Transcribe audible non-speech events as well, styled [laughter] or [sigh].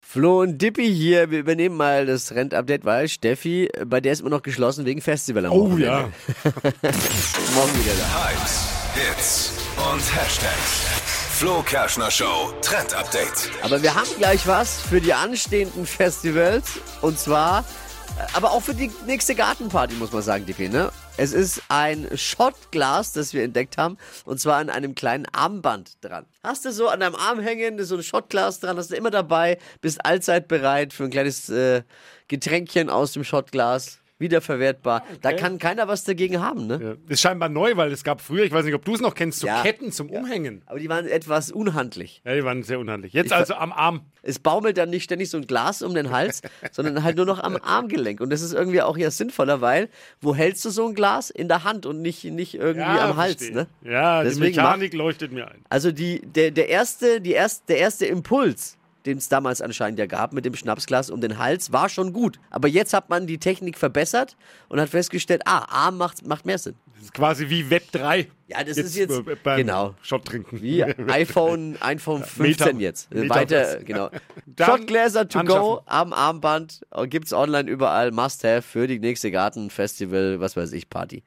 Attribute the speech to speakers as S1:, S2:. S1: Flo und Dippi hier. Wir übernehmen mal das Rent-Update, weil Steffi, äh, bei der ist immer noch geschlossen wegen Festival am
S2: Oh
S1: Wochenende.
S2: ja.
S1: Morgen wieder da.
S3: Hypes, Hits und Hashtags. Flo Kerschner Show Trend Update.
S1: Aber wir haben gleich was für die anstehenden Festivals. Und zwar, äh, aber auch für die nächste Gartenparty, muss man sagen, Dippi, ne? Es ist ein Schottglas, das wir entdeckt haben. Und zwar an einem kleinen Armband dran. Hast du so an deinem Arm hängen, ist so ein Schottglas dran, hast du immer dabei, bist allzeit bereit für ein kleines äh, Getränkchen aus dem Schottglas. Wiederverwertbar. Da kann keiner was dagegen haben, ne?
S2: Ja. Das ist scheinbar neu, weil es gab früher, ich weiß nicht, ob du es noch kennst, so
S1: Ja.
S2: Ketten zum Umhängen.
S1: Aber die waren etwas unhandlich.
S2: Ja, die waren sehr unhandlich. Jetzt also am Arm.
S1: Es baumelt dann nicht ständig so ein Glas um den
S2: [laughs]
S1: Hals, sondern halt nur noch am Armgelenk. Und das ist irgendwie auch ja sinnvoller, weil wo hältst du so ein Glas? In der Hand und nicht, nicht irgendwie
S2: ja,
S1: am Hals.
S2: verstehe.
S1: Ne?
S2: Ja,
S1: Deswegen
S2: die
S1: macht-
S2: Mechanik leuchtet mir ein.
S1: Also die, der, der, erste, die erst, der erste Impuls, den es damals anscheinend ja gab mit dem Schnapsglas um den Hals, war schon gut. Aber jetzt hat man die Technik verbessert und hat festgestellt, ah, Arm macht, macht mehr Sinn.
S2: Das ist quasi wie Web 3.
S1: Ja, das ist jetzt-
S2: äh, beim
S1: genau.
S2: Shot trinken. [laughs]
S1: Wie iPhone, iPhone 15
S2: Meta-
S1: jetzt. Äh,
S2: Metaverse.
S1: Weiter, genau.
S2: Dann
S1: Shotgläser to go
S2: anschaffen.
S1: am Armband äh, gibt's online überall. Must have für die nächste Gartenfestival, was weiß ich, Party.